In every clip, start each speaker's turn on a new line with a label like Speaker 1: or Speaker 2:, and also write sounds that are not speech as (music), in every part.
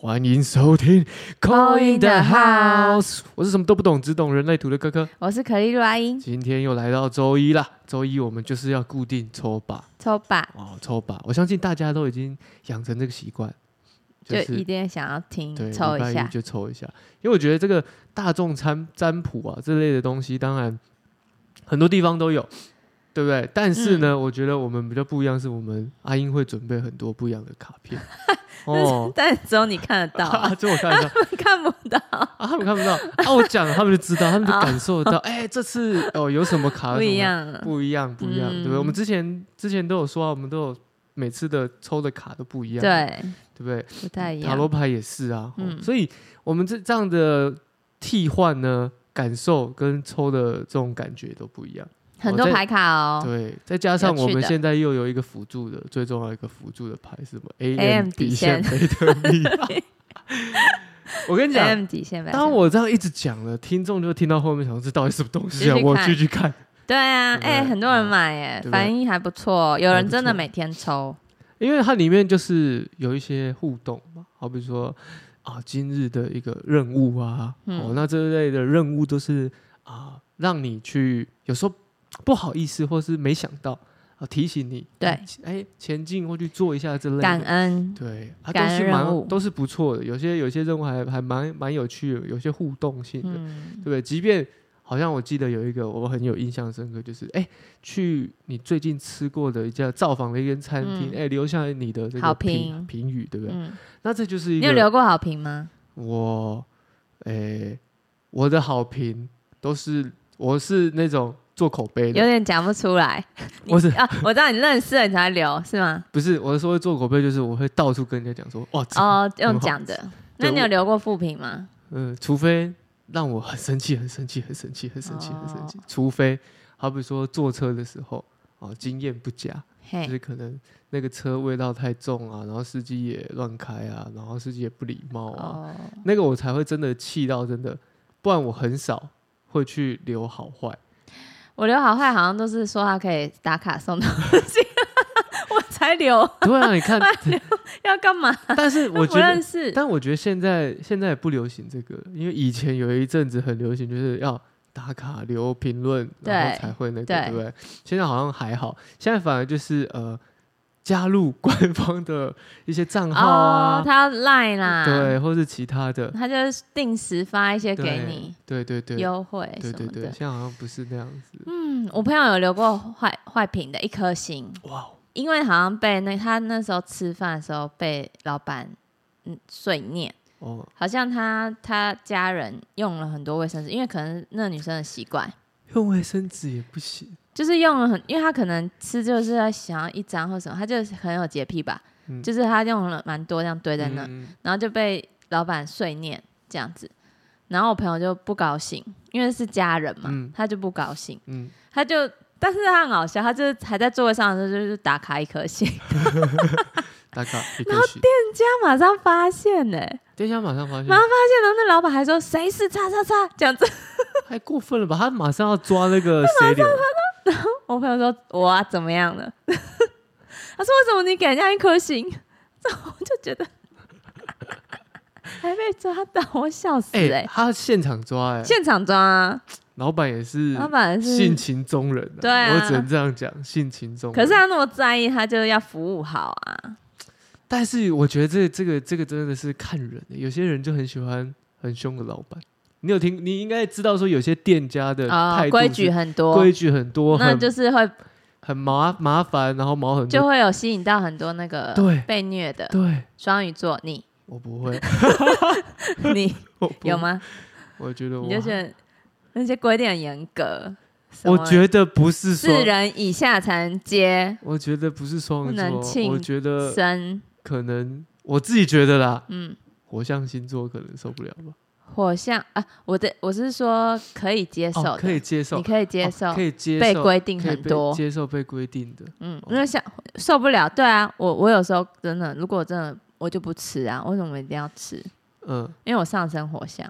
Speaker 1: 欢迎收听《Call in the
Speaker 2: the
Speaker 1: House》，我是什么都不懂，只懂人类图的哥哥。
Speaker 2: 我是可丽露阿英，
Speaker 1: 今天又来到周一啦，周一我们就是要固定抽把
Speaker 2: 抽吧，
Speaker 1: 哦，抽把。我相信大家都已经养成这个习惯，
Speaker 2: 就是一定想要听
Speaker 1: 对
Speaker 2: 抽
Speaker 1: 礼拜
Speaker 2: 一 (laughs) 下，
Speaker 1: 就抽一下。因为我觉得这个大众参占卜啊这类的东西，当然很多地方都有，对不对？但是呢，我觉得我们比较不一样，是我们阿英会准备很多不一样的卡片哦。
Speaker 2: 但只有你看得
Speaker 1: (laughs)
Speaker 2: 到啊，
Speaker 1: 啊，这我看一下。
Speaker 2: 看不到，
Speaker 1: 啊，他们看不到啊，我讲了他们就知
Speaker 2: (laughs)
Speaker 1: 道，他们就感受得到。哎、这次哦有什么卡
Speaker 2: 啊不一
Speaker 1: 什么
Speaker 2: 样啊。
Speaker 1: 不一样，不一样，对不对？
Speaker 2: 嗯
Speaker 1: 我们之前之前都有说啊，我们都有每次的抽的卡都不一样，
Speaker 2: 对，
Speaker 1: 对不对？
Speaker 2: 不太一
Speaker 1: 塔罗
Speaker 2: 样。
Speaker 1: 牌也是啊，哦
Speaker 2: 嗯
Speaker 1: 所以我们这这样的替换呢，感受跟抽的这种感觉都不一样。
Speaker 2: 很多
Speaker 1: 我在
Speaker 2: 牌卡哦，
Speaker 1: 对，再加上我
Speaker 2: 有趣
Speaker 1: 们
Speaker 2: 的
Speaker 1: 现在又有一个辅助的，最重要一个辅助的牌是什么
Speaker 2: AM
Speaker 1: 底
Speaker 2: 底
Speaker 1: 线
Speaker 2: 线
Speaker 1: 腓特币。 (laughs) 我跟你讲，
Speaker 2: m 底线呗。
Speaker 1: 当我这样一直讲了，听众就听到后面想说这到底什么东西啊？
Speaker 2: 继续看
Speaker 1: 我继续看。
Speaker 2: 对啊，
Speaker 1: 对不对嗯
Speaker 2: 哎，很多人买耶
Speaker 1: 对不对，
Speaker 2: 反应还不错，有
Speaker 1: 还
Speaker 2: 人
Speaker 1: 不
Speaker 2: 真的
Speaker 1: 错
Speaker 2: 每天抽，
Speaker 1: 因为它里面就是有一些互动嘛，好比说啊，今日的一个任务啊，
Speaker 2: 嗯
Speaker 1: 哦，那这类的任务都是啊，让你去有时候不好意思或是没想到啊，提醒你
Speaker 2: 对，
Speaker 1: 哎，前进或去做一下这类的
Speaker 2: 感恩，
Speaker 1: 对，啊、
Speaker 2: 感
Speaker 1: 都
Speaker 2: 恩
Speaker 1: 是
Speaker 2: 任务
Speaker 1: 蛮都是不错的，有些有些任务还还蛮蛮有趣的，有些互动性的，对
Speaker 2: 嗯，
Speaker 1: 不对？即便好像我记得有一个我很有印象深刻，就是哎，去你最近吃过的一家造访的一间餐厅，
Speaker 2: 嗯
Speaker 1: 哎、留下你的这个
Speaker 2: 好
Speaker 1: 评
Speaker 2: 评
Speaker 1: 评语，对不对？
Speaker 2: 嗯，
Speaker 1: 那这就是一
Speaker 2: 你有
Speaker 1: 个
Speaker 2: 留过好评吗？
Speaker 1: 我，哎，我的好评都是我是那种做口碑
Speaker 2: 有
Speaker 1: 的，
Speaker 2: 点讲不出来。你
Speaker 1: 我是
Speaker 2: 啊，我知道你认识了你才留
Speaker 1: (laughs)
Speaker 2: 是吗？
Speaker 1: 不是我说做口碑，就是我会到处跟人家讲说，哇，这
Speaker 2: 哦，用
Speaker 1: 好
Speaker 2: 讲的。那
Speaker 1: 对
Speaker 2: 你
Speaker 1: 我
Speaker 2: 有留过负评吗？
Speaker 1: 嗯，除非让我很生气、很生气、很生气、很生气、很
Speaker 2: 哦
Speaker 1: 生气。除非，好比说坐车的时候，哦，经验不佳，就
Speaker 2: 嘿，
Speaker 1: 是可能那个车味道太重啊，然后司机也乱开啊，然后司机也不礼貌啊，
Speaker 2: 哦，
Speaker 1: 那个我才会真的气到真的，不然我很少会去留好坏。
Speaker 2: 我留好坏好像都是说他可以打卡送东西， (laughs) 我才留
Speaker 1: 对啊，你看，
Speaker 2: 要干嘛？
Speaker 1: 但是
Speaker 2: (laughs)
Speaker 1: 我
Speaker 2: 不
Speaker 1: 觉得
Speaker 2: 认识，
Speaker 1: 但我觉得现在现在也不流行这个了，因为以前有一阵子很流行，就是要打卡留评论，然后
Speaker 2: 对
Speaker 1: 才会那个，
Speaker 2: 对
Speaker 1: 对不对？现在好像还好，现在反而就是呃，加入 (laughs) 官方的一些账号
Speaker 2: 哦
Speaker 1: 啊，，
Speaker 2: 他要赖啦，，
Speaker 1: 对，或是其他的，
Speaker 2: 他就是定时发一些给你
Speaker 1: 对对对，
Speaker 2: 优惠
Speaker 1: 对
Speaker 2: 什
Speaker 1: 对
Speaker 2: 么
Speaker 1: 对，
Speaker 2: 的。
Speaker 1: 现在好像不是那样子，
Speaker 2: 嗯，我朋友有留过坏坏评的一颗星，
Speaker 1: 哇哦，
Speaker 2: 因为好像被那他那时候吃饭的时候被老板嗯碎念。
Speaker 1: 哦，
Speaker 2: 好像他他家人用了很多卫生纸，因为可能那女生的习惯，
Speaker 1: 用卫生纸也不行，
Speaker 2: 就是用了很，因为他可能吃就是在想要一张或什么，他就是很有洁癖吧，
Speaker 1: 嗯
Speaker 2: 就是他用了蛮多这样堆在那，
Speaker 1: 嗯
Speaker 2: 然后就被老板碎念这样子，然后我朋友就不高兴，因为是家人嘛，
Speaker 1: 嗯
Speaker 2: 他就不高兴，
Speaker 1: 嗯，
Speaker 2: 他就。但是他很好笑，他就是还在座位上的时候就是打卡一颗星， (laughs)
Speaker 1: 打卡一颗星，
Speaker 2: 他马上发现呢、欸
Speaker 1: 等一下马上发现
Speaker 2: 妈，然后那老板还说谁是叉叉叉这样子，
Speaker 1: 太过分了吧？他马上要抓那个谁留，
Speaker 2: 我朋友说我、啊、怎么样了， (laughs) 他说为什么你给人家一颗星？ (laughs) 这我就觉得还被抓到，我笑死哎、
Speaker 1: 哎，他现场抓，哎，
Speaker 2: 现场抓、啊，
Speaker 1: 老板也是
Speaker 2: 老板是
Speaker 1: 性，情中人、啊，
Speaker 2: 对啊
Speaker 1: 我只能这样讲，性情中
Speaker 2: 可
Speaker 1: 人。
Speaker 2: 是啊他那么在意，他就要服务好啊。
Speaker 1: 但是我觉得这这个这个真的是看人的，有些人就很喜欢很凶的老板。你有听？你应该知道说有些店家的
Speaker 2: 啊、
Speaker 1: 态度是、
Speaker 2: 规矩很多，
Speaker 1: 规矩很多，
Speaker 2: 那
Speaker 1: 很
Speaker 2: 就是会
Speaker 1: 很麻麻烦，然后毛很
Speaker 2: 就
Speaker 1: 多。
Speaker 2: 会有吸引到很多那个
Speaker 1: 对
Speaker 2: 被虐的
Speaker 1: 对，
Speaker 2: 双鱼座，
Speaker 1: (laughs)
Speaker 2: 你
Speaker 1: 我不
Speaker 2: (laughs)
Speaker 1: 会，
Speaker 2: 你
Speaker 1: 我不
Speaker 2: 有？吗？
Speaker 1: 我觉得我
Speaker 2: 你就觉得那些规定很严格，什
Speaker 1: 我
Speaker 2: 么
Speaker 1: 觉得不是说，
Speaker 2: 四人以下才能接
Speaker 1: 我觉得不是双
Speaker 2: 不
Speaker 1: 鱼
Speaker 2: 能
Speaker 1: 座，
Speaker 2: 庆
Speaker 1: 我觉得
Speaker 2: 生，
Speaker 1: 可能我自己觉得啦，
Speaker 2: 嗯。
Speaker 1: 火象星座可能受不了吧。
Speaker 2: 火象啊，我的我是说可以接受的，
Speaker 1: 哦，可以接受
Speaker 2: 你，可以接
Speaker 1: 哦
Speaker 2: 受，
Speaker 1: 可以接受
Speaker 2: 被规定
Speaker 1: 可以
Speaker 2: 很
Speaker 1: 被哦
Speaker 2: 多，
Speaker 1: 接受被规定的。
Speaker 2: 嗯，因为像受不了，对啊，我我有时候真的，如果真的我就不吃啊，为什么我一定要吃？
Speaker 1: 嗯，
Speaker 2: 因为我上升火象，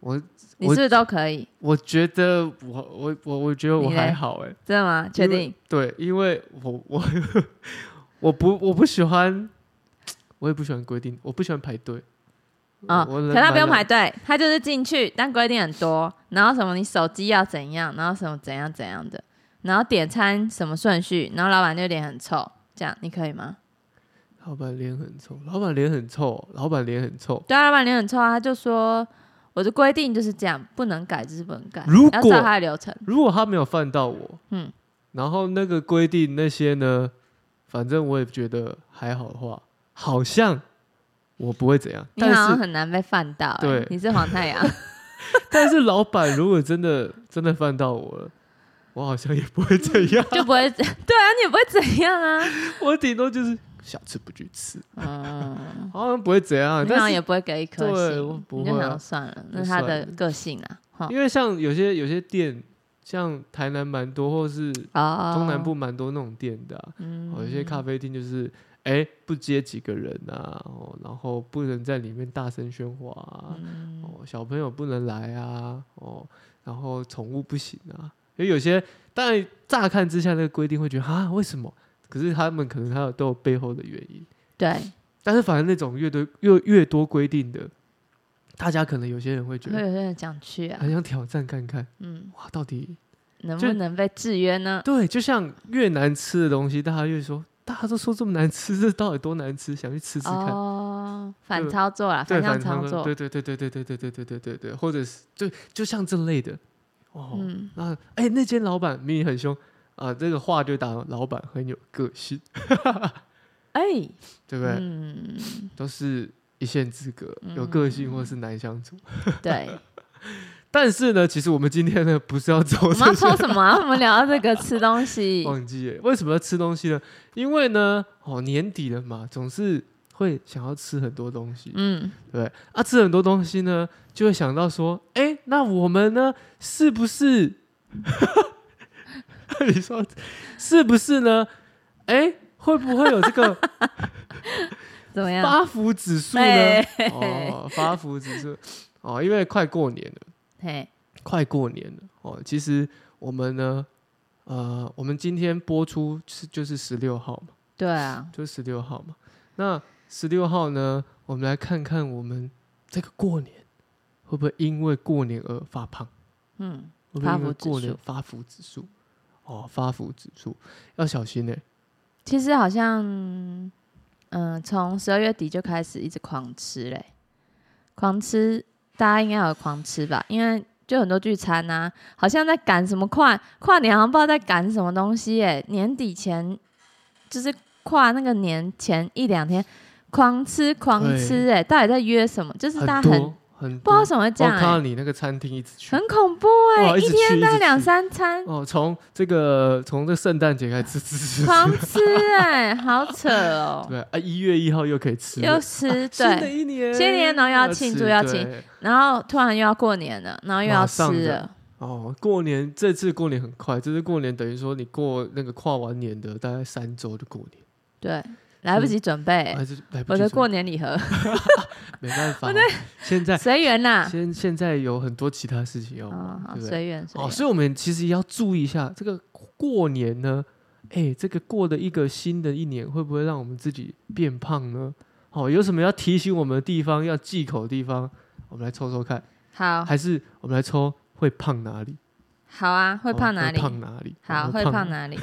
Speaker 1: 我
Speaker 2: 你是不是都可以？
Speaker 1: 我觉得我我我我觉得我
Speaker 2: 你嘞
Speaker 1: 还好哎、
Speaker 2: 真的吗？确定？
Speaker 1: (laughs) 对，因为我我我不我不喜欢，我也不喜欢规定，我不喜欢排队。
Speaker 2: 啊、
Speaker 1: 我
Speaker 2: 可他不用排，队，他就是进去，但规定很多，然后什么你手机要怎样，然后什么怎样怎样的，然后点餐什么顺序，然后老板就脸很臭，这样你可以吗？
Speaker 1: 老板脸很臭，老板脸很臭，老板脸很臭。
Speaker 2: 对啊，老板脸很臭啊，他就说我的规定就是这样，不能改就是不能改，
Speaker 1: 如
Speaker 2: 要
Speaker 1: 果
Speaker 2: 照他的流程。
Speaker 1: 如果他没有犯到我，
Speaker 2: 嗯，
Speaker 1: 然后那个规定那些呢，反正我也觉得还好的话，好像我不会怎样。
Speaker 2: 你
Speaker 1: 但
Speaker 2: 好像
Speaker 1: 是
Speaker 2: 很难被犯到、欸，
Speaker 1: 对
Speaker 2: 你是黄太阳，
Speaker 1: 但是老板如果真的真的犯到我了，我好像也不会怎
Speaker 2: (laughs)
Speaker 1: 样，
Speaker 2: 就不会对啊，你也不会怎样
Speaker 1: (laughs)
Speaker 2: 啊，
Speaker 1: 我顶多就是想吃不去吃，
Speaker 2: 嗯，
Speaker 1: 好像不会怎样。
Speaker 2: 你好
Speaker 1: 啊但
Speaker 2: 像
Speaker 1: 是
Speaker 2: 也不会给一颗
Speaker 1: 对
Speaker 2: 星，
Speaker 1: 我不
Speaker 2: 你就
Speaker 1: 会
Speaker 2: 想
Speaker 1: 啊
Speaker 2: 说算了，
Speaker 1: 就
Speaker 2: 那是他
Speaker 1: 算
Speaker 2: 的
Speaker 1: 了
Speaker 2: 个性啊，哈，
Speaker 1: 因为像有些有些店，像台南蛮多，或是
Speaker 2: 哦，
Speaker 1: 中南部蛮多那种店的啊、
Speaker 2: 嗯，
Speaker 1: 有一些咖啡厅就是，哎、不接几个人啊，哦，然后不能在里面大声喧哗啊，
Speaker 2: 嗯
Speaker 1: 哦，小朋友不能来啊，哦，然后宠物不行啊，因为有些当然乍看之下那个规定会觉得啊，为什么？可是他们可能还有都有背后的原因，
Speaker 2: 对，
Speaker 1: 但是反正那种越多越越多规定的，大家可能有些人会觉
Speaker 2: 会
Speaker 1: 得
Speaker 2: 有些人讲去啊，
Speaker 1: 很想挑战看看，
Speaker 2: 嗯，
Speaker 1: 哇，到底
Speaker 2: 能
Speaker 1: 就
Speaker 2: 不能被制约呢？
Speaker 1: 对，就像越难吃的东西，大家越说，大家都说这么难吃，这到底多难吃？想去吃吃看。
Speaker 2: 哦，反
Speaker 1: 对
Speaker 2: 操作啦，
Speaker 1: 对，
Speaker 2: 向
Speaker 1: 反
Speaker 2: 操作，
Speaker 1: 对对对对对对对对对对对对，或者是对，就像这类的，哦，
Speaker 2: 嗯，
Speaker 1: 那哎、那间老板明明很凶啊，这个话就打老板很有个性，
Speaker 2: 哎，
Speaker 1: 对不对？
Speaker 2: 嗯，
Speaker 1: 都是一线之隔，有个性或是难相处。
Speaker 2: 对，
Speaker 1: 但是呢，其实我们今天呢，不是要走
Speaker 2: 我哦
Speaker 1: 这
Speaker 2: 们要
Speaker 1: 些
Speaker 2: 抽什 (laughs) 么啊？我们聊到这个吃东西，
Speaker 1: 忘记了为什么要吃东西呢？因为呢，哦，年底了嘛，总是会想要吃很多东西。
Speaker 2: 嗯，
Speaker 1: 对啊，吃很多东西呢，就会想到说，哎、那我们呢，是不是？ (laughs) 你说是不是呢？哎、会不会有这个
Speaker 2: 怎么样？
Speaker 1: 发福指数呢
Speaker 2: 哎？
Speaker 1: 哦，发福指数哦，因为快过年了，
Speaker 2: 嘿，
Speaker 1: 快过年了哦。其实我们呢，呃，我们今天播出是就是十六号嘛，
Speaker 2: 对啊，
Speaker 1: 就是十六号嘛。那十六号呢，我们来看看我们这个过年会不会因为过年而发胖，
Speaker 2: 嗯，
Speaker 1: 会不会因为
Speaker 2: 发福指数
Speaker 1: 过年发福指数？哦，发福指数要小心欸呢、
Speaker 2: 其实好像，嗯，从十二月底就开始一直狂吃嘞，狂吃，大家应该有狂吃吧？因为就很多聚餐呐、好像在赶什么跨跨年，好像不知道在赶什么东西耶。年底前就是跨那个年前一两天，狂吃狂吃，哎，到底在约什么？就是大家很
Speaker 1: 多哦很
Speaker 2: 不知道
Speaker 1: 多。
Speaker 2: 什么会这
Speaker 1: 我
Speaker 2: 样
Speaker 1: 看到
Speaker 2: 欸，
Speaker 1: 你那个餐厅一直去
Speaker 2: 很恐怖哎，
Speaker 1: 哇一直去
Speaker 2: 天大
Speaker 1: 一直
Speaker 2: 概两
Speaker 1: 去 (laughs)
Speaker 2: 三餐。
Speaker 1: 哦，从这个从这圣诞节开始吃吃吃吃，
Speaker 2: 狂吃哎、 (laughs) 好扯哦！
Speaker 1: 对啊，一月一号又可以吃了，
Speaker 2: 又吃、
Speaker 1: 新的
Speaker 2: 对，
Speaker 1: 一年，
Speaker 2: 新年呢要庆祝要
Speaker 1: 吃
Speaker 2: 庆
Speaker 1: 对
Speaker 2: 然后突然又要过年了，然后又要
Speaker 1: 马上
Speaker 2: 吃
Speaker 1: 的
Speaker 2: 了，
Speaker 1: 哦，过年这次过年很快，这次过年等于说你过那个跨完年的大概三周就过年，
Speaker 2: 对，来不及准备。
Speaker 1: 还是来不
Speaker 2: 哎我
Speaker 1: 及准
Speaker 2: 的
Speaker 1: 备
Speaker 2: 过年礼盒 (laughs)
Speaker 1: 没办法，现在
Speaker 2: 随
Speaker 1: (laughs)
Speaker 2: 缘啦，
Speaker 1: 现现在有很多其他事情要
Speaker 2: 啊哦，好
Speaker 1: 忙，对不对？
Speaker 2: 随缘随
Speaker 1: 哦，
Speaker 2: 缘，
Speaker 1: 所以我们其实也要注意一下这个过年呢，哎，这个过的一个新的一年会不会让我们自己变胖呢？哦，有什么要提醒我们的地方，要忌口的地方，我们来抽抽看，
Speaker 2: 好
Speaker 1: 还是我们来抽会胖哪里？
Speaker 2: 好啊，会
Speaker 1: 哦
Speaker 2: 胖哪里
Speaker 1: 会？胖哪里？
Speaker 2: 好，
Speaker 1: 哦
Speaker 2: 会胖？哪里？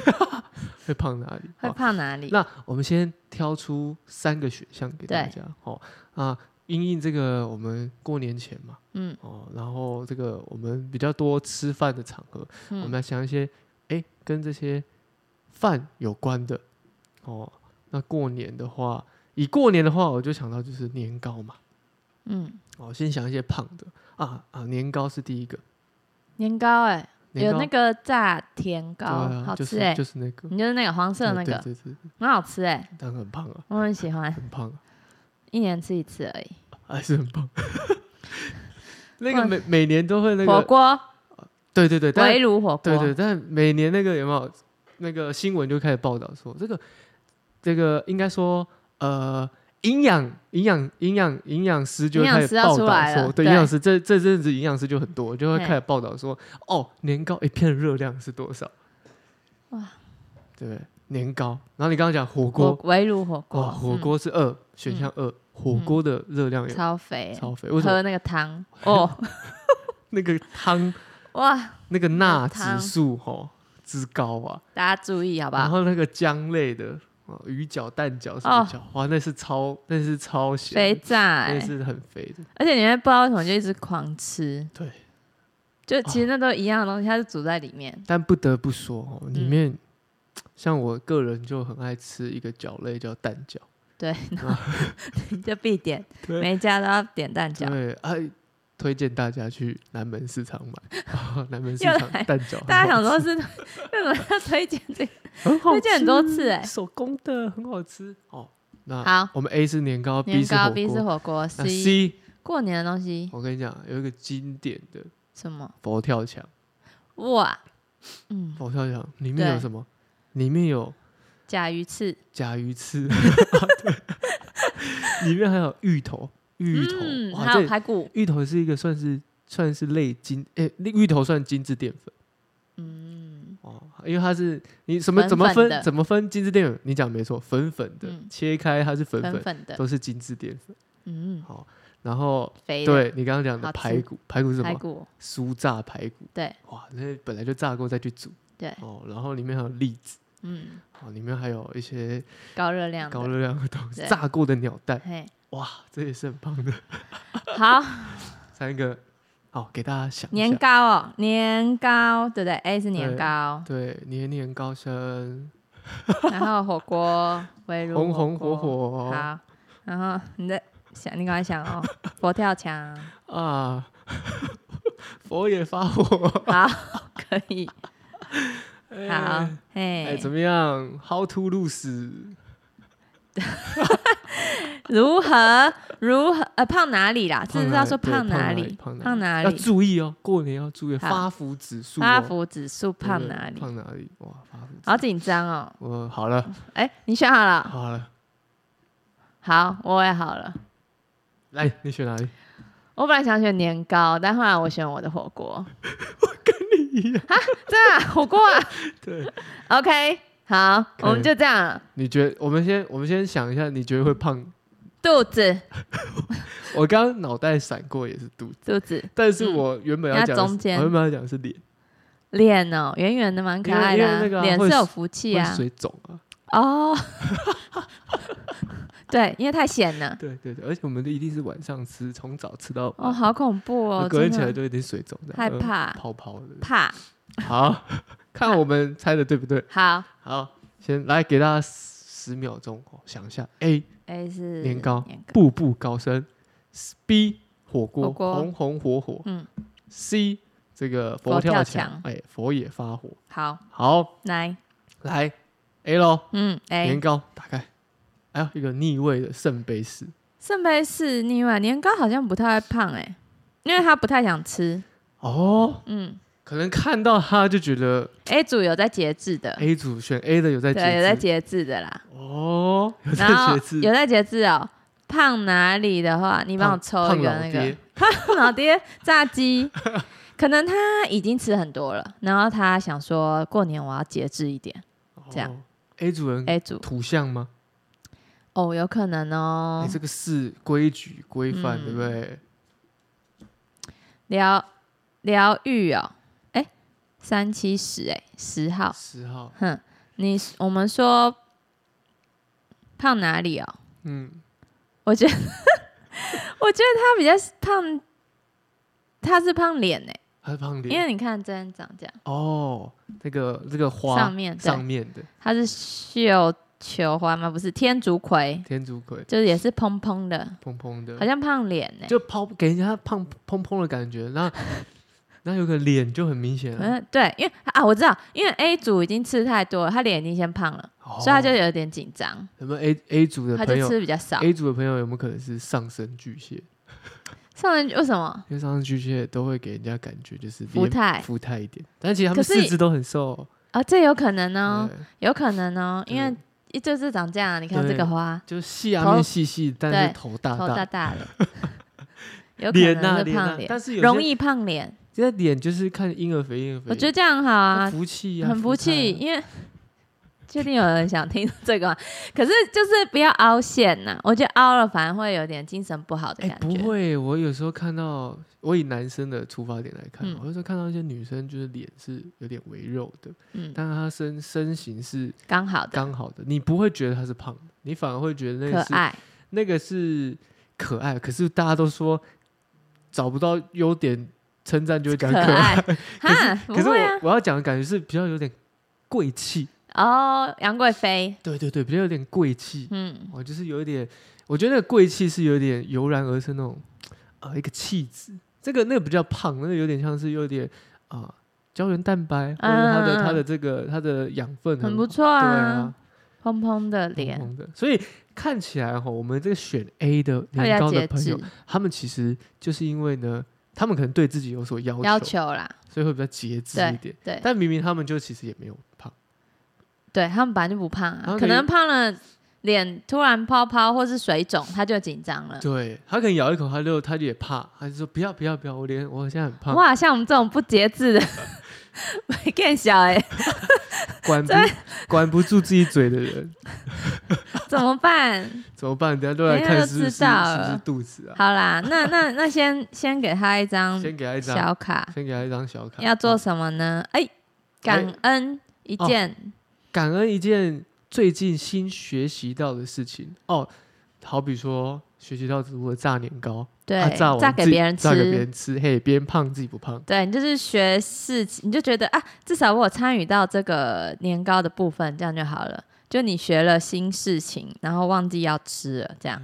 Speaker 1: 会胖哪里？
Speaker 2: 会
Speaker 1: 哦
Speaker 2: 胖哪里？
Speaker 1: 那我们先挑出三个选项给大
Speaker 2: 对
Speaker 1: 家，哦啊，因应这个我们过年前嘛，
Speaker 2: 嗯
Speaker 1: 哦，然后这个我们比较多吃饭的场合，我们
Speaker 2: 嗯，
Speaker 1: 来想一些，哎，跟这些饭有关的，哦，那过年的话，以过年的话，我就想到就是年糕嘛，
Speaker 2: 嗯，
Speaker 1: 哦，先想一些胖的啊啊，年糕是第一个，
Speaker 2: 年糕哎，
Speaker 1: 年
Speaker 2: 有
Speaker 1: 糕
Speaker 2: 那个炸甜糕，
Speaker 1: 对啊
Speaker 2: 好
Speaker 1: 就是
Speaker 2: 吃哎
Speaker 1: 就，是那个
Speaker 2: 你就是那个黄色的那
Speaker 1: 对
Speaker 2: 个，
Speaker 1: 对对，对
Speaker 2: 很好吃哎，
Speaker 1: 但很胖啊，
Speaker 2: 我很喜欢，
Speaker 1: 很胖啊，
Speaker 2: 一年吃一次而已。
Speaker 1: 还是很
Speaker 2: (laughs)
Speaker 1: 胖。那
Speaker 2: 哇
Speaker 1: 个每每年都会那
Speaker 2: 火
Speaker 1: 个，
Speaker 2: 锅，
Speaker 1: 对对对，但
Speaker 2: 围炉火锅，
Speaker 1: 对对，但每年那个有没有那个新闻就开始报道说这个这个应该说呃营养营养营养营养师就会
Speaker 2: 营养
Speaker 1: 开
Speaker 2: 师
Speaker 1: 始
Speaker 2: 要
Speaker 1: 报
Speaker 2: 出
Speaker 1: 道
Speaker 2: 来了
Speaker 1: 说，对
Speaker 2: 对
Speaker 1: 营养师这这阵子营养师就很多，就会
Speaker 2: 嘿
Speaker 1: 开始报道说哦年糕一片热量是多少？
Speaker 2: 哇，
Speaker 1: 对不对？年糕，然后你刚刚讲火
Speaker 2: 火
Speaker 1: 锅，
Speaker 2: 围炉火锅，
Speaker 1: 哇，火
Speaker 2: 嗯
Speaker 1: 锅是二、选项二，火锅的热量有
Speaker 2: 超肥，
Speaker 1: 超肥，为什么
Speaker 2: 喝那个汤
Speaker 1: (laughs)
Speaker 2: 哦，
Speaker 1: 那个汤
Speaker 2: 哇，
Speaker 1: 那个钠指
Speaker 2: 汤
Speaker 1: 数吼之高啊？
Speaker 2: 大家注意好不
Speaker 1: 然
Speaker 2: 好？
Speaker 1: 后那个姜类的哦鱼饺、蛋饺什么
Speaker 2: 哦
Speaker 1: 饺，哇，那是超那是超咸
Speaker 2: 肥
Speaker 1: 的，
Speaker 2: 仔
Speaker 1: 那，是很肥的。
Speaker 2: 而且你会不知道为什么就一直狂吃，
Speaker 1: 对，
Speaker 2: 就其实那都一样的东西，它是煮在里面， (laughs)
Speaker 1: 但不得不说哦，里
Speaker 2: 嗯
Speaker 1: 面、像我个人就很爱吃一个饺类叫蛋饺，
Speaker 2: 对，然后就必点，
Speaker 1: (laughs) 对
Speaker 2: 每一家都要点蛋饺，
Speaker 1: 对，哎、推荐大家去南门市场买， (laughs) 啊南门市
Speaker 2: 又
Speaker 1: 场
Speaker 2: 来
Speaker 1: 蛋饺很好吃，
Speaker 2: 大家想
Speaker 1: (laughs)
Speaker 2: 说是为什么要推荐这个？
Speaker 1: 很好
Speaker 2: 推荐很多次哎
Speaker 1: 手工的很好吃哦。那
Speaker 2: 好，
Speaker 1: 我们 A 是年糕
Speaker 2: 年
Speaker 1: ，B 是
Speaker 2: 糕
Speaker 1: 火
Speaker 2: B 是
Speaker 1: 锅，
Speaker 2: 火锅
Speaker 1: 那
Speaker 2: ，C
Speaker 1: C
Speaker 2: 过年的东西
Speaker 1: 我跟你讲有一个经典的
Speaker 2: 什么？
Speaker 1: 佛跳墙。
Speaker 2: 哇，嗯，
Speaker 1: 佛跳墙里面
Speaker 2: 对
Speaker 1: 有什么？里面有
Speaker 2: 甲鱼翅，
Speaker 1: 甲鱼 (laughs) 翅，对，里面还有芋头，芋头，
Speaker 2: 嗯，
Speaker 1: 哇，
Speaker 2: 还有
Speaker 1: 这
Speaker 2: 排骨，
Speaker 1: 芋头是一个算是算是类精，诶、芋头算精致淀粉
Speaker 2: 嗯，
Speaker 1: 哦，因为它是你什么怎么
Speaker 2: 粉粉
Speaker 1: 分
Speaker 2: 的
Speaker 1: 怎么分精致淀粉？你讲没错，粉粉的，
Speaker 2: 嗯
Speaker 1: 切开它是粉粉，
Speaker 2: 粉粉的，
Speaker 1: 都是精致淀粉。
Speaker 2: 嗯，
Speaker 1: 好、然后
Speaker 2: 肥的
Speaker 1: 对你刚刚讲的
Speaker 2: 好吃
Speaker 1: 排骨，排骨是什
Speaker 2: 排
Speaker 1: 么？
Speaker 2: 骨，
Speaker 1: 酥炸排骨，
Speaker 2: 对，
Speaker 1: 哇，那本来就炸过再去煮
Speaker 2: 对，
Speaker 1: 哦，然后里面还有栗子，
Speaker 2: 嗯，
Speaker 1: 哦，里面还有一些
Speaker 2: 高热量
Speaker 1: 高
Speaker 2: 的，
Speaker 1: 热量的东西，
Speaker 2: 对
Speaker 1: 炸过的鸟蛋，
Speaker 2: 嘿，
Speaker 1: 哇，这也是很棒的。
Speaker 2: 好，
Speaker 1: 三个，好，给大家想一
Speaker 2: 年
Speaker 1: 下，
Speaker 2: 糕哦，年糕，对不对？A 是年
Speaker 1: 对
Speaker 2: 糕，
Speaker 1: 对，年年高升，
Speaker 2: 然后火锅，围炉，
Speaker 1: 红红火
Speaker 2: 火，
Speaker 1: 火
Speaker 2: 好，然后你在想，你赶快想哦，佛跳墙，
Speaker 1: 啊， (laughs) 佛也发火。
Speaker 2: 好，可以，好
Speaker 1: 哎，哎，
Speaker 2: 嘿，
Speaker 1: 怎么样？How to lose？
Speaker 2: 如何如何呃胖哪里啦？是不是要说
Speaker 1: 对
Speaker 2: 胖哪
Speaker 1: 里？
Speaker 2: 里？
Speaker 1: 胖
Speaker 2: 胖哪
Speaker 1: 要
Speaker 2: 里？
Speaker 1: 注意哦，过年要注意
Speaker 2: 好
Speaker 1: 发福指数哦。
Speaker 2: 发福指数
Speaker 1: 对
Speaker 2: 胖
Speaker 1: 对
Speaker 2: 哪里？
Speaker 1: 胖哪里？哇，发福指数。
Speaker 2: 好紧张哦！
Speaker 1: 我好了，
Speaker 2: 哎，你选好了？
Speaker 1: 好了，
Speaker 2: 好，我也好了。
Speaker 1: 来，你选哪里？
Speaker 2: 我本来想选年糕，但后来我选我的火锅。
Speaker 1: (laughs)
Speaker 2: 我跟你
Speaker 1: 一样
Speaker 2: 啊，真的啊火锅
Speaker 1: (laughs)
Speaker 2: 啊。
Speaker 1: 对，
Speaker 2: OK，好，
Speaker 1: 可以
Speaker 2: 我们就这样了。
Speaker 1: 你觉得？我们先，我们先想一下，你觉得会胖 (laughs)
Speaker 2: 肚子，
Speaker 1: 我刚刚脑袋闪过也是肚子，
Speaker 2: 肚子，
Speaker 1: 但是我原本要讲的是、
Speaker 2: 那嗯中间
Speaker 1: 我原本要讲的是脸
Speaker 2: 脸哦，圆圆的，蛮可爱的
Speaker 1: 因为因为
Speaker 2: 啊
Speaker 1: 那个。啊
Speaker 2: 脸
Speaker 1: 会
Speaker 2: 是有福气
Speaker 1: 会
Speaker 2: 啊。
Speaker 1: 水肿啊，
Speaker 2: 哦， (laughs) 对，因为太咸
Speaker 1: (laughs)
Speaker 2: 了。
Speaker 1: 对对对，而且我们一定是晚上吃，从早吃到
Speaker 2: 哦，
Speaker 1: 晚，
Speaker 2: 好恐怖哦！
Speaker 1: 隔天起
Speaker 2: 真
Speaker 1: 来
Speaker 2: 的
Speaker 1: 就有点水肿这样，
Speaker 2: 害
Speaker 1: 呃
Speaker 2: 怕
Speaker 1: 泡泡的。
Speaker 2: 怕。
Speaker 1: 好， (laughs) 看我们猜的对不对？
Speaker 2: 好
Speaker 1: 好，先来给大家十十秒钟哦，想一下：A
Speaker 2: ，A 是
Speaker 1: 年糕
Speaker 2: 年糕，
Speaker 1: 步步高升，B 火锅
Speaker 2: 火锅
Speaker 1: 红红火火
Speaker 2: 嗯，
Speaker 1: ，C 这个佛
Speaker 2: 佛
Speaker 1: 跳
Speaker 2: 跳
Speaker 1: 墙
Speaker 2: 墙，
Speaker 1: 哎，佛也发火。
Speaker 2: 好，
Speaker 1: 好，
Speaker 2: 来，
Speaker 1: 来 A 喽。
Speaker 2: 嗯
Speaker 1: 年
Speaker 2: ，A
Speaker 1: 糕打开，还有一个逆位的圣杯四，
Speaker 2: 圣杯是另外年糕好像不太会胖哎、因为他不太想吃，
Speaker 1: 哦，
Speaker 2: 嗯
Speaker 1: 可能看到他就觉得
Speaker 2: ，A 组有在节制的，
Speaker 1: A 组选 A 哎的有在节
Speaker 2: 呃对，有在
Speaker 1: 制，
Speaker 2: 节制的啦，
Speaker 1: 哦，有在
Speaker 2: 然后
Speaker 1: 节制，
Speaker 2: 有在节制哦。胖哪里的话，你帮我
Speaker 1: 胖
Speaker 2: 抽
Speaker 1: 胖
Speaker 2: 一个
Speaker 1: 老
Speaker 2: 那个
Speaker 1: 爹
Speaker 2: (laughs) 胖老爹炸鸡，可能他已经吃很多了，然后他想说过年我要节制一点。这样哎
Speaker 1: 哦 A 组人
Speaker 2: A 组
Speaker 1: 土象吗？
Speaker 2: 哦，有可能哦
Speaker 1: 你，哎这个是规矩规范，
Speaker 2: 嗯
Speaker 1: 对不对？
Speaker 2: 疗疗愈哦，哎、三七十哎、十号，
Speaker 1: 十号，
Speaker 2: 哼，你我们说胖哪里哦？
Speaker 1: 嗯，
Speaker 2: 我觉得 (laughs) 我觉得他比较胖，他是胖脸哎、
Speaker 1: 还是胖
Speaker 2: 因
Speaker 1: 脸
Speaker 2: 为你看真人长这样，
Speaker 1: 哦，这个这个花
Speaker 2: 上面对
Speaker 1: 上面的
Speaker 2: 他是绣球花吗？不是天竺葵，
Speaker 1: 天竺葵，
Speaker 2: 就是也是蓬蓬的，
Speaker 1: 蓬蓬的
Speaker 2: 好，像胖脸哎、
Speaker 1: 就抛给人家胖蓬蓬的感觉，那 (laughs) 那有个脸就很明显了，
Speaker 2: 嗯，对，因为啊，我知道，因为 A 组已经吃太多了，他脸已经先胖了，
Speaker 1: 哦
Speaker 2: 所以他就有点紧张，
Speaker 1: 有没有 A A 组的
Speaker 2: 他
Speaker 1: 朋
Speaker 2: 就
Speaker 1: 友
Speaker 2: 吃比较少。
Speaker 1: A 组的朋友有没有可能是上升巨蟹？
Speaker 2: 上人为什么？
Speaker 1: 因为上升巨蟹都会给人家感觉就是
Speaker 2: 福
Speaker 1: 脸
Speaker 2: 泰
Speaker 1: 福态一点，但其实他们
Speaker 2: 可是
Speaker 1: 四肢都很瘦哦、
Speaker 2: 啊，这有可能哦，
Speaker 1: 对
Speaker 2: 有可能哦，因为
Speaker 1: 对
Speaker 2: 一就是长这样，你看这
Speaker 1: 对
Speaker 2: 个花，
Speaker 1: 就细啊
Speaker 2: 头
Speaker 1: 面细细，但是
Speaker 2: 对
Speaker 1: 头大
Speaker 2: 头
Speaker 1: 大，
Speaker 2: 大
Speaker 1: (laughs)
Speaker 2: 大的，有可
Speaker 1: 脸啊
Speaker 2: 能是
Speaker 1: 脸
Speaker 2: 胖
Speaker 1: 啊，
Speaker 2: 脸，
Speaker 1: 但是有些
Speaker 2: 容易胖脸。
Speaker 1: 这个脸就是看婴儿肥婴儿肥，
Speaker 2: 我觉得这样很好
Speaker 1: 那
Speaker 2: 啊，
Speaker 1: 福气啊，
Speaker 2: 很服
Speaker 1: 福态
Speaker 2: 气，
Speaker 1: 啊
Speaker 2: 因为确定有人想听这个吗？可是就是不要凹陷呐、我觉得凹了反而会有点精神不好的
Speaker 1: 哎、
Speaker 2: 感
Speaker 1: 不
Speaker 2: 觉。
Speaker 1: 会，我有时候看到，我以男生的出发点来看，
Speaker 2: 嗯
Speaker 1: 我有时候看到一些女生就是脸是有点微肉的，
Speaker 2: 嗯，
Speaker 1: 但她身身形是
Speaker 2: 刚好的，
Speaker 1: 刚好的，你不会觉得她是胖的，你反而会觉得那
Speaker 2: 可
Speaker 1: 个是
Speaker 2: 爱。
Speaker 1: 那个是可爱。可是大家都说找不到优点，称赞就会讲
Speaker 2: 可
Speaker 1: 爱。
Speaker 2: 爱，哈，不
Speaker 1: 可是
Speaker 2: 会啊
Speaker 1: 我。我要讲的感觉是比较有点贵气，
Speaker 2: 哦，杨贵妃，
Speaker 1: 对对对，比较有点贵气。
Speaker 2: 嗯，
Speaker 1: 哦，就是有一点，我觉得那个贵气是有点油然而生那种，呃，一个气质。这个那个比较胖，那个有点像是有点啊、胶原蛋白，或者是它的、它的这个它的养分
Speaker 2: 嗯很
Speaker 1: 很
Speaker 2: 不
Speaker 1: 好
Speaker 2: 错
Speaker 1: 对
Speaker 2: 啊
Speaker 1: 啊，，
Speaker 2: 蓬蓬的
Speaker 1: 红
Speaker 2: 脸，
Speaker 1: 红的。所以看起来哈，我们这个选 A 的
Speaker 2: 大家
Speaker 1: 年高的
Speaker 2: 节
Speaker 1: 朋
Speaker 2: 制
Speaker 1: 友，他们其实就是因为呢，他们可能对自己有所要求，
Speaker 2: 要求啦，
Speaker 1: 所以会比较节制一点。
Speaker 2: 对
Speaker 1: 但明明他们就其实也没有胖，
Speaker 2: 对，他们本来就不胖
Speaker 1: 他
Speaker 2: 啊，
Speaker 1: 们可
Speaker 2: 可
Speaker 1: 以
Speaker 2: 能胖了脸突然泡泡或是水肿，他就紧张了。
Speaker 1: 对他可能咬一口，他就他就也怕，他就说不要不要不要，我脸我现在很胖，
Speaker 2: 哇，像我们这种不节制
Speaker 1: (laughs)
Speaker 2: 的，没更小哎、
Speaker 1: 管不管不住自己嘴的人
Speaker 2: 怎么办？
Speaker 1: (laughs) 怎么办？等下都来
Speaker 2: 人家
Speaker 1: 看
Speaker 2: 都
Speaker 1: 是不是
Speaker 2: 知
Speaker 1: 是
Speaker 2: 道
Speaker 1: 不
Speaker 2: 了
Speaker 1: 是肚子啊？
Speaker 2: 好啦，那那那先先给他一张
Speaker 1: 先给他一张，
Speaker 2: 小卡，
Speaker 1: 先给他一张小卡，
Speaker 2: 要做什么呢？哎、感恩一
Speaker 1: 哦
Speaker 2: 件，
Speaker 1: 感恩一件最近新学习到的事情哦，好比说学习到如何炸年糕，
Speaker 2: 对，
Speaker 1: 啊、炸完
Speaker 2: 炸给
Speaker 1: 自己
Speaker 2: 别人
Speaker 1: 炸给别
Speaker 2: 吃。
Speaker 1: 人吃，嘿，别人胖自己不胖，
Speaker 2: 对你就是学事情，你就觉得啊，至少我有参与到这个年糕的部分，这样就好了。就你学了新事情，然后忘记要吃了，
Speaker 1: (laughs)
Speaker 2: 这样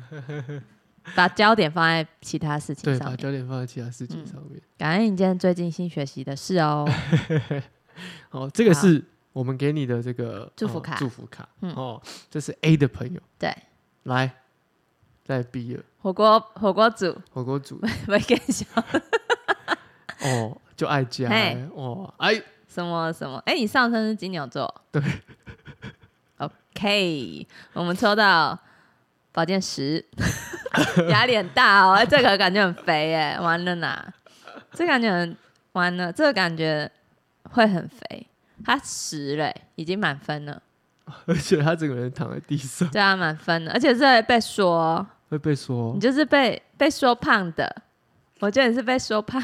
Speaker 2: 把焦点放在其他事情
Speaker 1: 对，
Speaker 2: 上
Speaker 1: 把
Speaker 2: 面。
Speaker 1: 焦点放在其他事情
Speaker 2: 嗯
Speaker 1: 上面。
Speaker 2: 感恩你今天最近新学习的
Speaker 1: (laughs)
Speaker 2: 事哦。
Speaker 1: 哦，这个
Speaker 2: 嗯好
Speaker 1: 是我们给你的这个
Speaker 2: 祝福
Speaker 1: 呃
Speaker 2: 卡
Speaker 1: 祝福卡。
Speaker 2: 嗯
Speaker 1: 哦，这是 A 的朋友，
Speaker 2: 对，
Speaker 1: 来，再 B 了，
Speaker 2: 火锅火锅煮 (laughs)
Speaker 1: 火锅组
Speaker 2: 没跟小
Speaker 1: (laughs) 哦，就爱家
Speaker 2: 嘿
Speaker 1: 欸哦，哎，
Speaker 2: 什么什么？哎、你上身是金牛座，
Speaker 1: 对。
Speaker 2: OK，我们抽到宝剑十， (laughs) 压力很大哦，这个感觉很肥哎，完了啦，这感觉很完了，这个感觉会很肥。他十嘞，已经满分了，
Speaker 1: 而且他整个人躺在地上
Speaker 2: 对啊，满分了，而且是被说，哦
Speaker 1: 会被说
Speaker 2: 你就是被被说胖的，我觉得你是被说胖，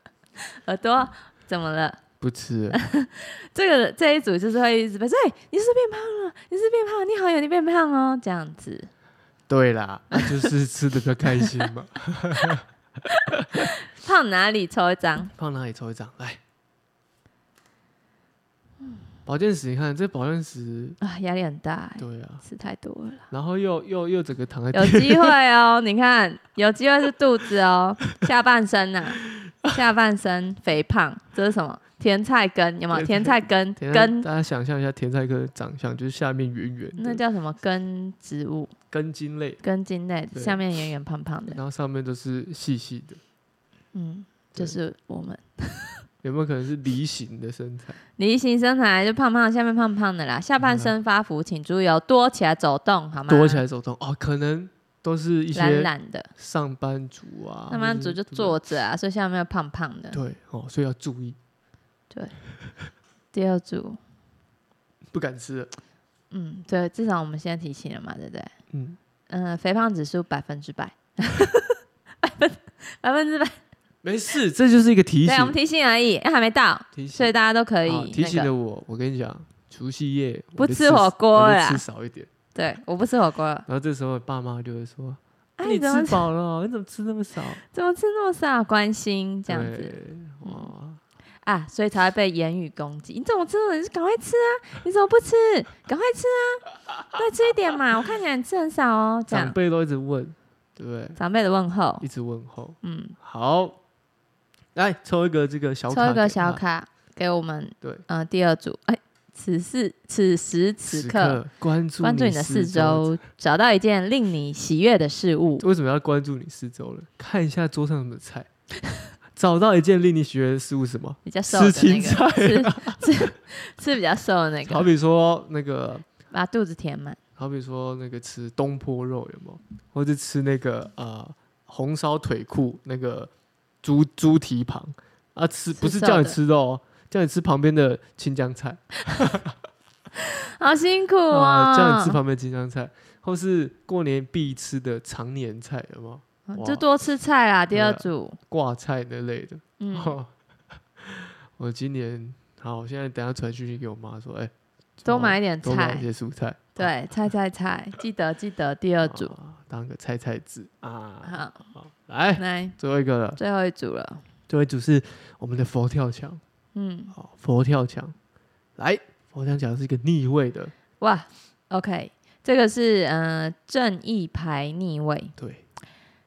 Speaker 2: (laughs) 耳朵怎么了？
Speaker 1: 不吃了， (laughs)
Speaker 2: 这个这一组就是会一直被说，哎、你是不是变胖了，你是不是变胖了，你好有你变胖哦，这样子。
Speaker 1: 对啦，啊就是吃的比较开心嘛。 (laughs)
Speaker 2: 胖哪里抽一张？
Speaker 1: 胖哪里抽一张来？
Speaker 2: 嗯
Speaker 1: 保健室，你看这保健室，
Speaker 2: (laughs) 啊，压力很大欸，
Speaker 1: 对啊，
Speaker 2: 吃太多了啦。
Speaker 1: 然后又又又整个躺在
Speaker 2: 有
Speaker 1: 地，
Speaker 2: 机
Speaker 1: (laughs)
Speaker 2: 会哦，你看，有机会是肚子 (laughs) 哦，下半身呐、下半身肥胖，这是什么？甜菜根有没有？甜
Speaker 1: 甜
Speaker 2: 菜根
Speaker 1: 甜菜
Speaker 2: 根，
Speaker 1: 大家想象一下甜菜根的长相，就是下面圆圆
Speaker 2: 那
Speaker 1: 的
Speaker 2: 叫什么根植物？
Speaker 1: 根茎类，
Speaker 2: 根茎类，
Speaker 1: 对
Speaker 2: 下面圆圆胖胖的，
Speaker 1: 然后上面都是细细的，
Speaker 2: 嗯，就是我们。
Speaker 1: 有没有可能是梨形的身材？
Speaker 2: 梨形身材就胖胖，下面胖胖的啦，下半身发福，请注意哦，多起来走动好吗？
Speaker 1: 嗯多起来走动哦，可能都是一
Speaker 2: 懒
Speaker 1: 些
Speaker 2: 懒的，
Speaker 1: 上班族啊，
Speaker 2: 上班族就
Speaker 1: 或是
Speaker 2: 坐着啊，所以下面又胖胖的。
Speaker 1: 对哦，所以要注意，
Speaker 2: 第二组，
Speaker 1: 不敢吃了，
Speaker 2: 嗯，对，至少我们现在提醒了嘛，对不对？
Speaker 1: 嗯，
Speaker 2: 嗯、肥胖指数百分之
Speaker 1: (laughs)
Speaker 2: 百，百分之百，
Speaker 1: 没事，这就是一个提
Speaker 2: 对，我们
Speaker 1: 醒，
Speaker 2: 提醒而已，哎还没到，
Speaker 1: 提
Speaker 2: 所
Speaker 1: 醒
Speaker 2: 以。大家都可以、
Speaker 1: 好
Speaker 2: 那
Speaker 1: 提醒
Speaker 2: 个
Speaker 1: 了我，我跟你讲，除夕夜
Speaker 2: 不
Speaker 1: 我就
Speaker 2: 吃火锅
Speaker 1: 我就
Speaker 2: 啦
Speaker 1: 吃少一点。
Speaker 2: 对，我不吃火锅了，
Speaker 1: 然后这时候爸妈就会说：“
Speaker 2: 哎、
Speaker 1: 你
Speaker 2: 你怎么
Speaker 1: 吃饱了哦，你怎么吃那么少
Speaker 2: 怎么吃那么少？关心？”这样子
Speaker 1: 对，哇，
Speaker 2: 啊，所以才会被言语攻击。你怎么吃的？你就赶快吃啊！你怎么不吃？赶快吃啊！再吃一点
Speaker 1: (laughs)
Speaker 2: 嘛！我看起来你吃很少哦。这
Speaker 1: 长
Speaker 2: 样
Speaker 1: 辈都一直问，对不对？
Speaker 2: 长辈的问候
Speaker 1: 一，直问候。
Speaker 2: 嗯，
Speaker 1: 好，来抽一个这个小卡，啊
Speaker 2: 抽一个小，卡给我们，
Speaker 1: 对，
Speaker 2: 呃，第二组，哎，此事此时此
Speaker 1: 此
Speaker 2: 刻，
Speaker 1: 关注
Speaker 2: 关注你的四。周，找到一件令你喜悦的事物。
Speaker 1: 为什么要关注你四周呢？看一下桌上有没有菜，找到一件令你喜悦的事物是什么？
Speaker 2: 比较瘦
Speaker 1: 吃
Speaker 2: 的那
Speaker 1: 青菜
Speaker 2: 个，吃
Speaker 1: 啊，
Speaker 2: 吃吃比较瘦的那
Speaker 1: 好
Speaker 2: 个，
Speaker 1: 比说那个
Speaker 2: 把肚子填满。
Speaker 1: 好比说那个吃东坡肉有没有，或者吃那个呃红烧腿裤那个猪猪蹄膀啊吃，
Speaker 2: 吃
Speaker 1: 不是
Speaker 2: 瘦
Speaker 1: 叫你
Speaker 2: 的
Speaker 1: 吃肉、哦，叫你吃旁边的青江菜，
Speaker 2: 好辛苦哦
Speaker 1: 啊，叫你吃旁边的金香菜，或是过年必吃的常年菜，有没有？
Speaker 2: 嗯
Speaker 1: 哇
Speaker 2: 就多吃菜啦。第二
Speaker 1: 对啊
Speaker 2: 组，
Speaker 1: 挂菜那类的。
Speaker 2: 嗯，
Speaker 1: (laughs) 我今年好，我现在等一下传讯息给我妈说，哎、
Speaker 2: 多买一点
Speaker 1: 多买一
Speaker 2: 菜，
Speaker 1: 些蔬菜，
Speaker 2: 对，菜菜菜，记得记得第二组。
Speaker 1: 啊当个菜菜子啊。
Speaker 2: 好，
Speaker 1: 好，来
Speaker 2: 来
Speaker 1: 最后一个了，
Speaker 2: 最后一组了。
Speaker 1: 最后一组是我们的佛跳墙。
Speaker 2: 嗯，
Speaker 1: 好，佛跳墙，来，佛跳墙是一个逆位的，
Speaker 2: 哇，OK，这个是呃正义牌逆位，
Speaker 1: 对，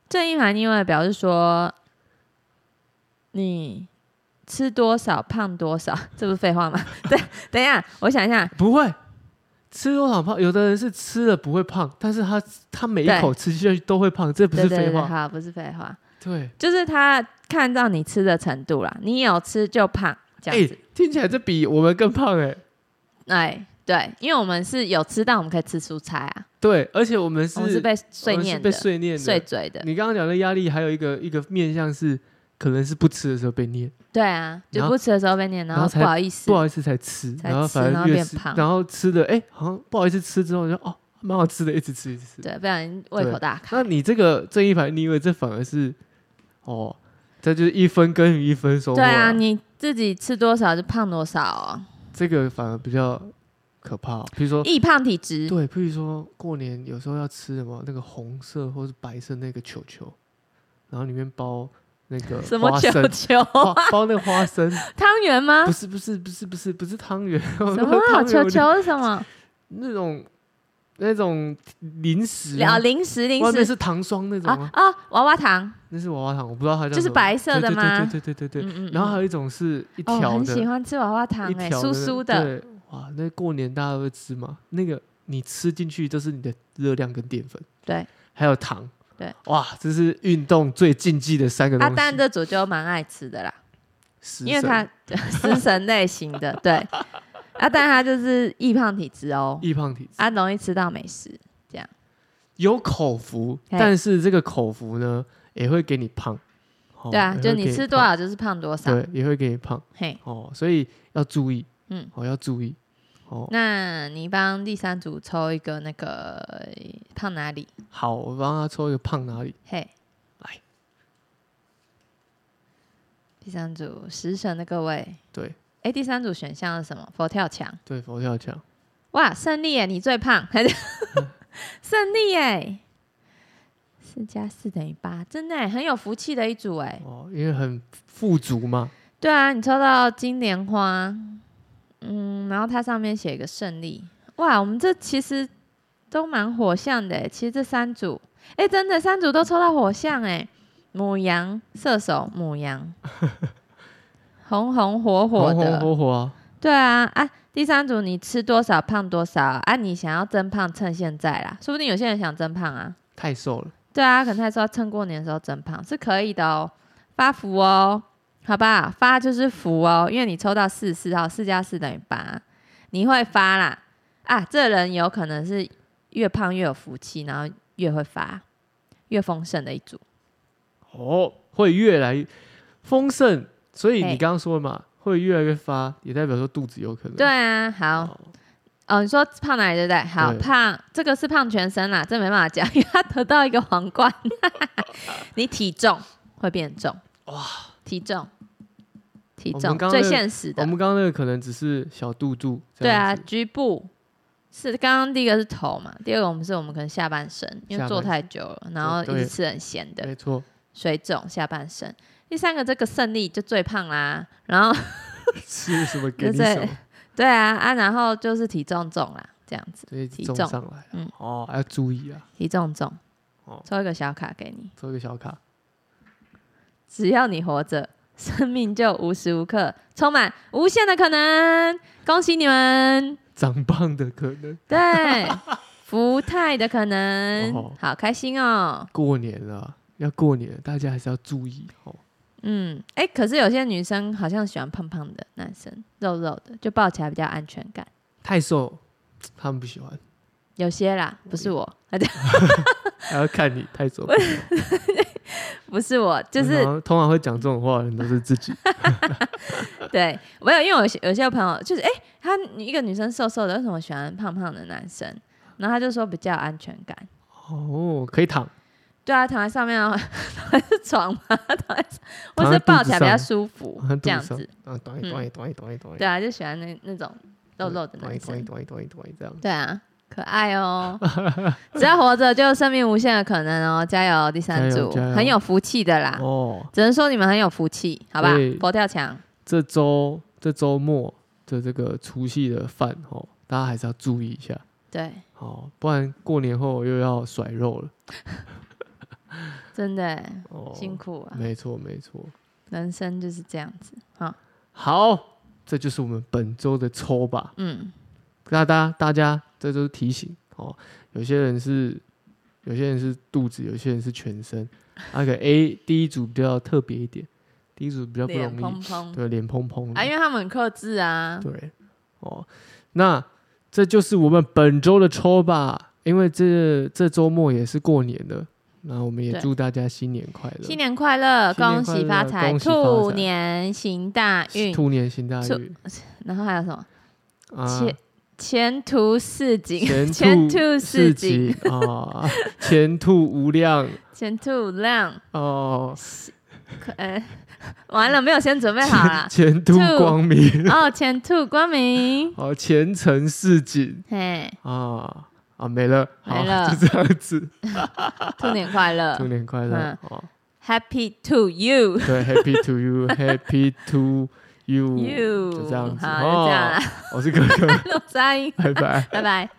Speaker 2: 正义牌逆位表示说你吃多少胖多少，这不是废话吗？ (laughs) 对，等一下，我想一下，
Speaker 1: 不会。吃多少胖？有的人是吃了不会胖，但是他他每
Speaker 2: 对
Speaker 1: 一口吃下去都会胖，这不
Speaker 2: 对
Speaker 1: 是
Speaker 2: 对
Speaker 1: 废
Speaker 2: 对，
Speaker 1: 话。
Speaker 2: 好，不是废话，
Speaker 1: 对，
Speaker 2: 就是他看到你吃的程度啦，你有吃就胖这样子。
Speaker 1: 听起来这比我们更胖哎、
Speaker 2: 哎，对，因为我们是有吃，但我们可以吃蔬菜啊，
Speaker 1: 对，而且我们是
Speaker 2: 我们是被碎
Speaker 1: 我哦们是
Speaker 2: 念的
Speaker 1: 被、碎念的。
Speaker 2: 碎嘴的。
Speaker 1: 你刚刚讲的压力，还有一个一个面向是，可能是不吃的时候被念，
Speaker 2: 对啊，就
Speaker 1: 然后
Speaker 2: 不吃的时候被念，
Speaker 1: 然
Speaker 2: 然后
Speaker 1: 后
Speaker 2: 不
Speaker 1: 才
Speaker 2: 好意思
Speaker 1: 不，好意思才吃，
Speaker 2: 才
Speaker 1: 然后
Speaker 2: 吃
Speaker 1: 反
Speaker 2: 然
Speaker 1: 而
Speaker 2: 后
Speaker 1: 越
Speaker 2: 变
Speaker 1: 吃
Speaker 2: 胖，
Speaker 1: 然后吃的哎、好像不好意思吃之后就哦，蛮好吃的，一直吃一直吃。
Speaker 2: 对，不然胃口大开
Speaker 1: 那。你这个正一排逆位，这反而是哦，这就是一分耕耘一分收获
Speaker 2: 对
Speaker 1: 啊、
Speaker 2: 啊，你自己吃多少就胖多
Speaker 1: (laughs)
Speaker 2: 少哦，
Speaker 1: 这个反而比较可怕、啊比如说。
Speaker 2: 易胖体质。
Speaker 1: 对，譬如说过年有时候要吃什么那个红色或是白色那个球球，然后里面包那个
Speaker 2: 什么
Speaker 1: 花
Speaker 2: 球
Speaker 1: 生
Speaker 2: 球？ (laughs)
Speaker 1: 花包那个花生，
Speaker 2: 汤圆吗
Speaker 1: 不？是不是不是不是不是汤圆，我
Speaker 2: 啊什
Speaker 1: 说
Speaker 2: 么
Speaker 1: (laughs)
Speaker 2: 啊
Speaker 1: 汤圆
Speaker 2: 球
Speaker 1: 有点
Speaker 2: 球是什么？
Speaker 1: 那种那种零食啊
Speaker 2: 啊，，零食零
Speaker 1: 外面
Speaker 2: 食
Speaker 1: 是糖霜那种
Speaker 2: 啊
Speaker 1: 啊，
Speaker 2: 啊，娃娃糖。
Speaker 1: 那是娃娃糖，我不知道它叫
Speaker 2: 就是
Speaker 1: 什么
Speaker 2: 白色
Speaker 1: 对
Speaker 2: 的
Speaker 1: 对对
Speaker 2: 吗
Speaker 1: 对对对对对。
Speaker 2: 嗯嗯。
Speaker 1: 然后还
Speaker 2: 嗯
Speaker 1: 有一种是一
Speaker 2: 哦，
Speaker 1: 条
Speaker 2: 很
Speaker 1: 的，
Speaker 2: 喜欢吃娃娃糖
Speaker 1: 一
Speaker 2: 哎，
Speaker 1: 条
Speaker 2: 酥
Speaker 1: 那
Speaker 2: 酥的。
Speaker 1: 对，哇，那过年大家会吃吗？那个你吃进去就是你的热量跟淀粉，
Speaker 2: 对，
Speaker 1: 还有糖，
Speaker 2: 对，
Speaker 1: 哇，这是运动最禁忌的三个东
Speaker 2: 阿
Speaker 1: 西。
Speaker 2: 丹啊这组就蛮爱吃的啦，
Speaker 1: 食
Speaker 2: 因为
Speaker 1: 神
Speaker 2: 他 (laughs) 食神类型的，对。阿丹他就是易胖体质哦，
Speaker 1: 易胖体质
Speaker 2: 啊，容易吃到美食。
Speaker 1: 有口福，
Speaker 2: 嘿
Speaker 1: 但是这个口福呢也会给你胖，哦
Speaker 2: 对啊，
Speaker 1: 也会
Speaker 2: 就
Speaker 1: 给
Speaker 2: 你吃多
Speaker 1: 胖
Speaker 2: 少就是胖多少。
Speaker 1: 对，也会给你胖
Speaker 2: 嘿，
Speaker 1: 哦，所以要注意，
Speaker 2: 嗯
Speaker 1: 嗯，哦，要注意哦。
Speaker 2: 那你帮第三组抽一个那个呃胖哪里？
Speaker 1: 好，我帮他抽一个胖哪里？
Speaker 2: 嘿，
Speaker 1: 来，
Speaker 2: 第三组食神的各位，
Speaker 1: 对
Speaker 2: 哎，第三组选项是什么？佛跳墙，
Speaker 1: 对，佛跳墙，
Speaker 2: 哇，胜利耶，你最胖， (laughs) 胜利耶，四加四等于八，真的耶很有福气的一组哎。
Speaker 1: 哦，因为很富足嘛，
Speaker 2: 对啊，你抽到金莲花，嗯，然后它上面写一个胜利，哇，我们这其实都蛮火象的耶，欸其实这三组，哎，真的三组都抽到火象哎，母羊射手母羊，红红火火
Speaker 1: 红
Speaker 2: 的，
Speaker 1: 红火火啊，
Speaker 2: 对啊，啊，第三组你吃多少胖多少啊，你想要增胖趁现在啦，说不定有些人想增胖啊，
Speaker 1: 太瘦了。
Speaker 2: 对啊，可能他说趁过年的时候增胖是可以的哦，发福哦，好不好？发就是福哦，因为你抽到四四号，四加四等于八，你会发啦啊！这人有可能是越胖越有福气，然后越会发，越丰盛的一组。
Speaker 1: 哦，会越来越丰盛。所以
Speaker 2: 嘿
Speaker 1: 你刚刚说了嘛，会越来越发，也代表说肚子有可能。
Speaker 2: 对啊，好
Speaker 1: 哦，
Speaker 2: 哦，你说胖哪里对不对？好
Speaker 1: 对
Speaker 2: 胖，这个是胖全身啦，这没办法讲， (laughs) 因为他得到一个皇冠， (laughs) 你体重会变重
Speaker 1: 哇，
Speaker 2: 体重。体
Speaker 1: 我们
Speaker 2: 重
Speaker 1: 刚刚
Speaker 2: 最
Speaker 1: 那个
Speaker 2: 现实的
Speaker 1: 哦我，们刚刚那个可能只是小肚肚。
Speaker 2: 对啊，，局部是刚刚第一个是头嘛，第二个我们是我们可能下半身，因为
Speaker 1: 下半身
Speaker 2: 坐太久了，然后一直吃很咸的
Speaker 1: 没错，
Speaker 2: 水肿下半身。第三个这个胜利就最胖啦，然后
Speaker 1: 吃什么给
Speaker 2: 就
Speaker 1: 你
Speaker 2: 在
Speaker 1: 什么，
Speaker 2: 对啊啊，然后就是体重重啦，这样子
Speaker 1: 所以
Speaker 2: 体
Speaker 1: 重
Speaker 2: 重
Speaker 1: 上来
Speaker 2: 嗯
Speaker 1: 啊。哦，还要注意啊，
Speaker 2: 体重重
Speaker 1: 哦，
Speaker 2: 抽一个小卡给你，
Speaker 1: 做一个小卡。
Speaker 2: 只要你活着。生命就无时无刻充满无限的可能，恭喜你们！
Speaker 1: 长胖的可能， (laughs)
Speaker 2: 对，福泰的可能，
Speaker 1: 哦
Speaker 2: 好开心哦！
Speaker 1: 过年了，要过年了，大家还是要注意哦。
Speaker 2: 嗯，哎、可是有些女生好像喜欢胖胖的男生，肉肉的，就抱起来比较安全感。
Speaker 1: 太瘦，他们不喜欢， (laughs)
Speaker 2: 有些啦，
Speaker 1: 嗯
Speaker 2: 不是我， (laughs) 啊对，
Speaker 1: 还要看你太瘦。
Speaker 2: 不
Speaker 1: (laughs)
Speaker 2: 是我，就
Speaker 1: 通
Speaker 2: 是
Speaker 1: 常通常会讲这种话的人都是自己。
Speaker 2: 对，没有，因为我有些有些朋友就是，哎、她一个女生瘦瘦的，为什么喜欢胖胖的男生？然后她就说比较有安全感。
Speaker 1: 哦，可以躺，
Speaker 2: 对啊，躺在上面啊， (laughs) 躺在床嘛，躺在，
Speaker 1: 躺在
Speaker 2: 或是抱起来
Speaker 1: 肚子
Speaker 2: 比
Speaker 1: 上
Speaker 2: 较舒服
Speaker 1: 躺在，肚
Speaker 2: 这样
Speaker 1: 子上
Speaker 2: 子。
Speaker 1: 啊，短一短一短一短一短一，
Speaker 2: 对啊，就喜欢那那种肉肉的男
Speaker 1: 短一
Speaker 2: 生。
Speaker 1: 短一短一短一这样。
Speaker 2: 对啊，可爱哦， (laughs) 只要活着就生命无限的可能哦，加油，第三
Speaker 1: 加油
Speaker 2: 组
Speaker 1: 加油
Speaker 2: 很有福气的啦，
Speaker 1: 哦，
Speaker 2: 只能说你们很有福气，好吧
Speaker 1: 对？
Speaker 2: 佛跳墙，
Speaker 1: 这周这周末的这个除夕的饭哦，大家还是要注意一下
Speaker 2: 对，
Speaker 1: 哦，不然过年后又要甩肉了。
Speaker 2: 真的
Speaker 1: 哦，
Speaker 2: 辛苦啊，
Speaker 1: 没错没错。
Speaker 2: 人生就是这样子，好，
Speaker 1: 好，这就是我们本周的抽吧。
Speaker 2: 嗯，
Speaker 1: 那大家大家这都是提醒哦，有些人是有些人是肚子，有些人是全身。那个 A 第一组比较特别一点，第一组比较不
Speaker 2: 嗯脸
Speaker 1: 容
Speaker 2: 砰
Speaker 1: 易，
Speaker 2: 砰
Speaker 1: 对，脸砰砰的。
Speaker 2: 啊，因为他们很克制啊，
Speaker 1: 对，哦，那这就是我们本周的抽吧，因为这这周末也是过年的，那我们也
Speaker 2: 对
Speaker 1: 祝大家新年快乐，
Speaker 2: 新年快乐，
Speaker 1: 新年
Speaker 2: 恭
Speaker 1: 快乐
Speaker 2: 喜发财，
Speaker 1: 恭喜发财
Speaker 2: 兔年行大运，
Speaker 1: 兔年行大
Speaker 2: 祝
Speaker 1: 运
Speaker 2: 然后还有什么？
Speaker 1: 啊，
Speaker 2: 前前途似锦，前
Speaker 1: 前
Speaker 2: 途
Speaker 1: 途
Speaker 2: 似
Speaker 1: 似
Speaker 2: 锦
Speaker 1: 锦，啊，前途无量
Speaker 2: 前途亮，
Speaker 1: 哦，。
Speaker 2: 可 (laughs) 呃，完了没有先准备好啦
Speaker 1: 前 (laughs) 途
Speaker 2: 兔
Speaker 1: 光 (laughs) 明，
Speaker 2: 哦，前途光明，
Speaker 1: 哦，前程似锦
Speaker 2: 嘿，
Speaker 1: 啊啊，没了，好
Speaker 2: 没了
Speaker 1: 就这样
Speaker 2: (laughs)
Speaker 1: 子，
Speaker 2: 兔年快乐
Speaker 1: (laughs) 兔年快乐
Speaker 2: 嗯
Speaker 1: 哦，
Speaker 2: ，Happy to you
Speaker 1: 对，Happy to you，Happy to you，
Speaker 2: (laughs) you，
Speaker 1: 就这样子，
Speaker 2: 好，就这样
Speaker 1: (laughs) 哦
Speaker 2: 啦，
Speaker 1: 我是哥哥。
Speaker 2: 我是阿英，
Speaker 1: (laughs) 拜拜。
Speaker 2: 拜拜。